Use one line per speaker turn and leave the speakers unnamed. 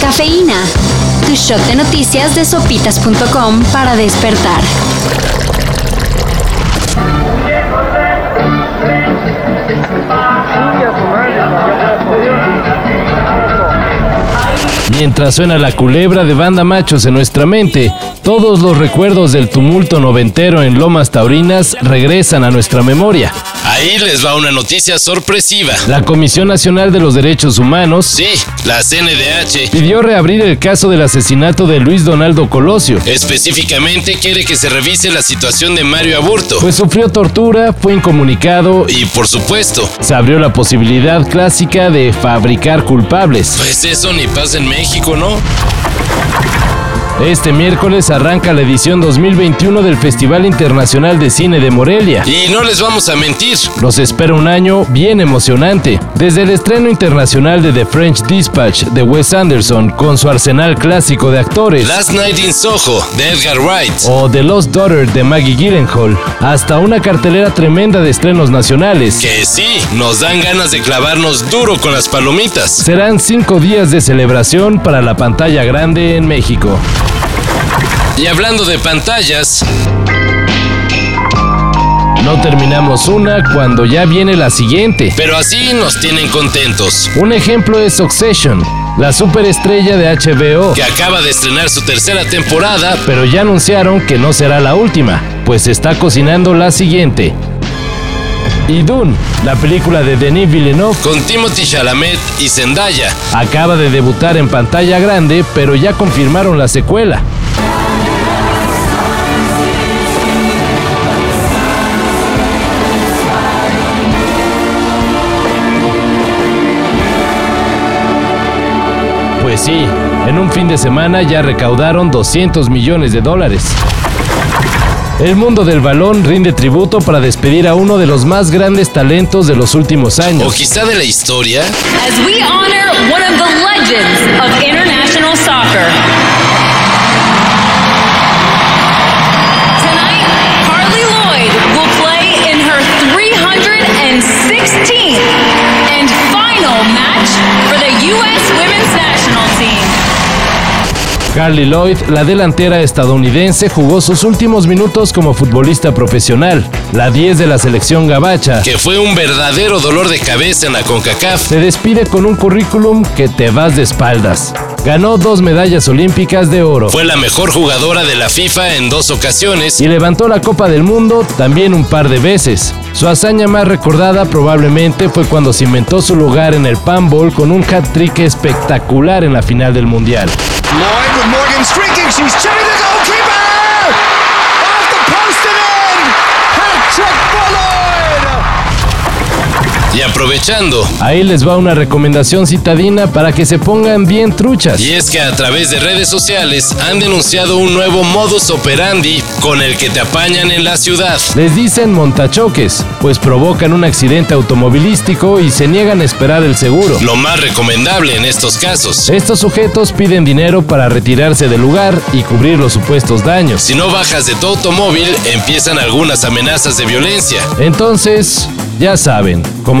Cafeína. Tu shot de noticias de sopitas.com para despertar.
Mientras suena la culebra de banda machos en nuestra mente, todos los recuerdos del tumulto noventero en Lomas Taurinas regresan a nuestra memoria.
Ahí les va una noticia sorpresiva.
La Comisión Nacional de los Derechos Humanos
Sí, la CNDH
pidió reabrir el caso del asesinato de Luis Donaldo Colosio,
específicamente quiere que se revise la situación de Mario Aburto.
pues sufrió tortura, fue incomunicado y
Y por supuesto,
se abrió la posibilidad clásica de fabricar culpables.
pues eso ni pasa en México, ¿no?
Este miércoles arranca la edición 2021 del Festival Internacional de Cine de Morelia.
Y no les vamos a mentir.
Los espera un año bien emocionante. Desde el estreno internacional de The French Dispatch de Wes Anderson con su arsenal clásico de actores,
Last Night in Soho de Edgar Wright.
o The Lost Daughter de Maggie Gyllenhaal, hasta una cartelera tremenda de estrenos nacionales.
Que sí, nos dan ganas de clavarnos duro con las palomitas.
Serán cinco días de celebración para la pantalla grande en México.
Y hablando de pantallas,
No terminamos una cuando ya viene la siguiente.
pero así nos tienen contentos.
Un ejemplo es Succession, la superestrella de HBO.
Que acaba de estrenar su tercera temporada,
pero ya anunciaron que no será la última, pues está cocinando la siguiente. Y Dune, la película de Denis Villeneuve,
con Timothy Chalamet y Zendaya.
acaba de debutar en pantalla grande, pero ya confirmaron la secuela. Pues sí, en un fin de semana ya recaudaron 200 millones de dólares. El mundo del balón rinde tributo para despedir a uno de los más grandes talentos de los últimos años.
O quizá de la historia,
as we honor one of the legends of international soccer. Tonight, Harley Lloyd will play in her 316th and final match for the U.S. women's national team.
Carly Lloyd, la delantera estadounidense, jugó sus últimos minutos como futbolista profesional. La 10 de la selección gabacha
que fue un verdadero dolor de cabeza en la CONCACAF.
se despide con un currículum que te vas de espaldas. Ganó dos medallas olímpicas de oro
Fue la mejor jugadora de la FIFA en dos ocasiones
y levantó la Copa del Mundo también un par de veces. Su hazaña más recordada probablemente fue cuando se inventó su lugar en el Pan Bowl con un hat-trick espectacular en la final del Mundial.
Lloyd with Morgan streaking. She's chipping the goalkeeper! Off the post and in! Hat trick for Lloyd!
y aprovechando.
Ahí les va una recomendación citadina para que se pongan bien truchas.
Y es que a través de redes sociales han denunciado un nuevo modus operandi con el que te apañan en la ciudad.
Les dicen montachoques, pues provocan un accidente automovilístico y se niegan a esperar el seguro.
Lo más recomendable en estos casos.
Estos sujetos piden dinero para retirarse del lugar y cubrir los supuestos daños.
Si no bajas de tu automóvil, empiezan algunas amenazas de violencia.
Entonces, ya saben, como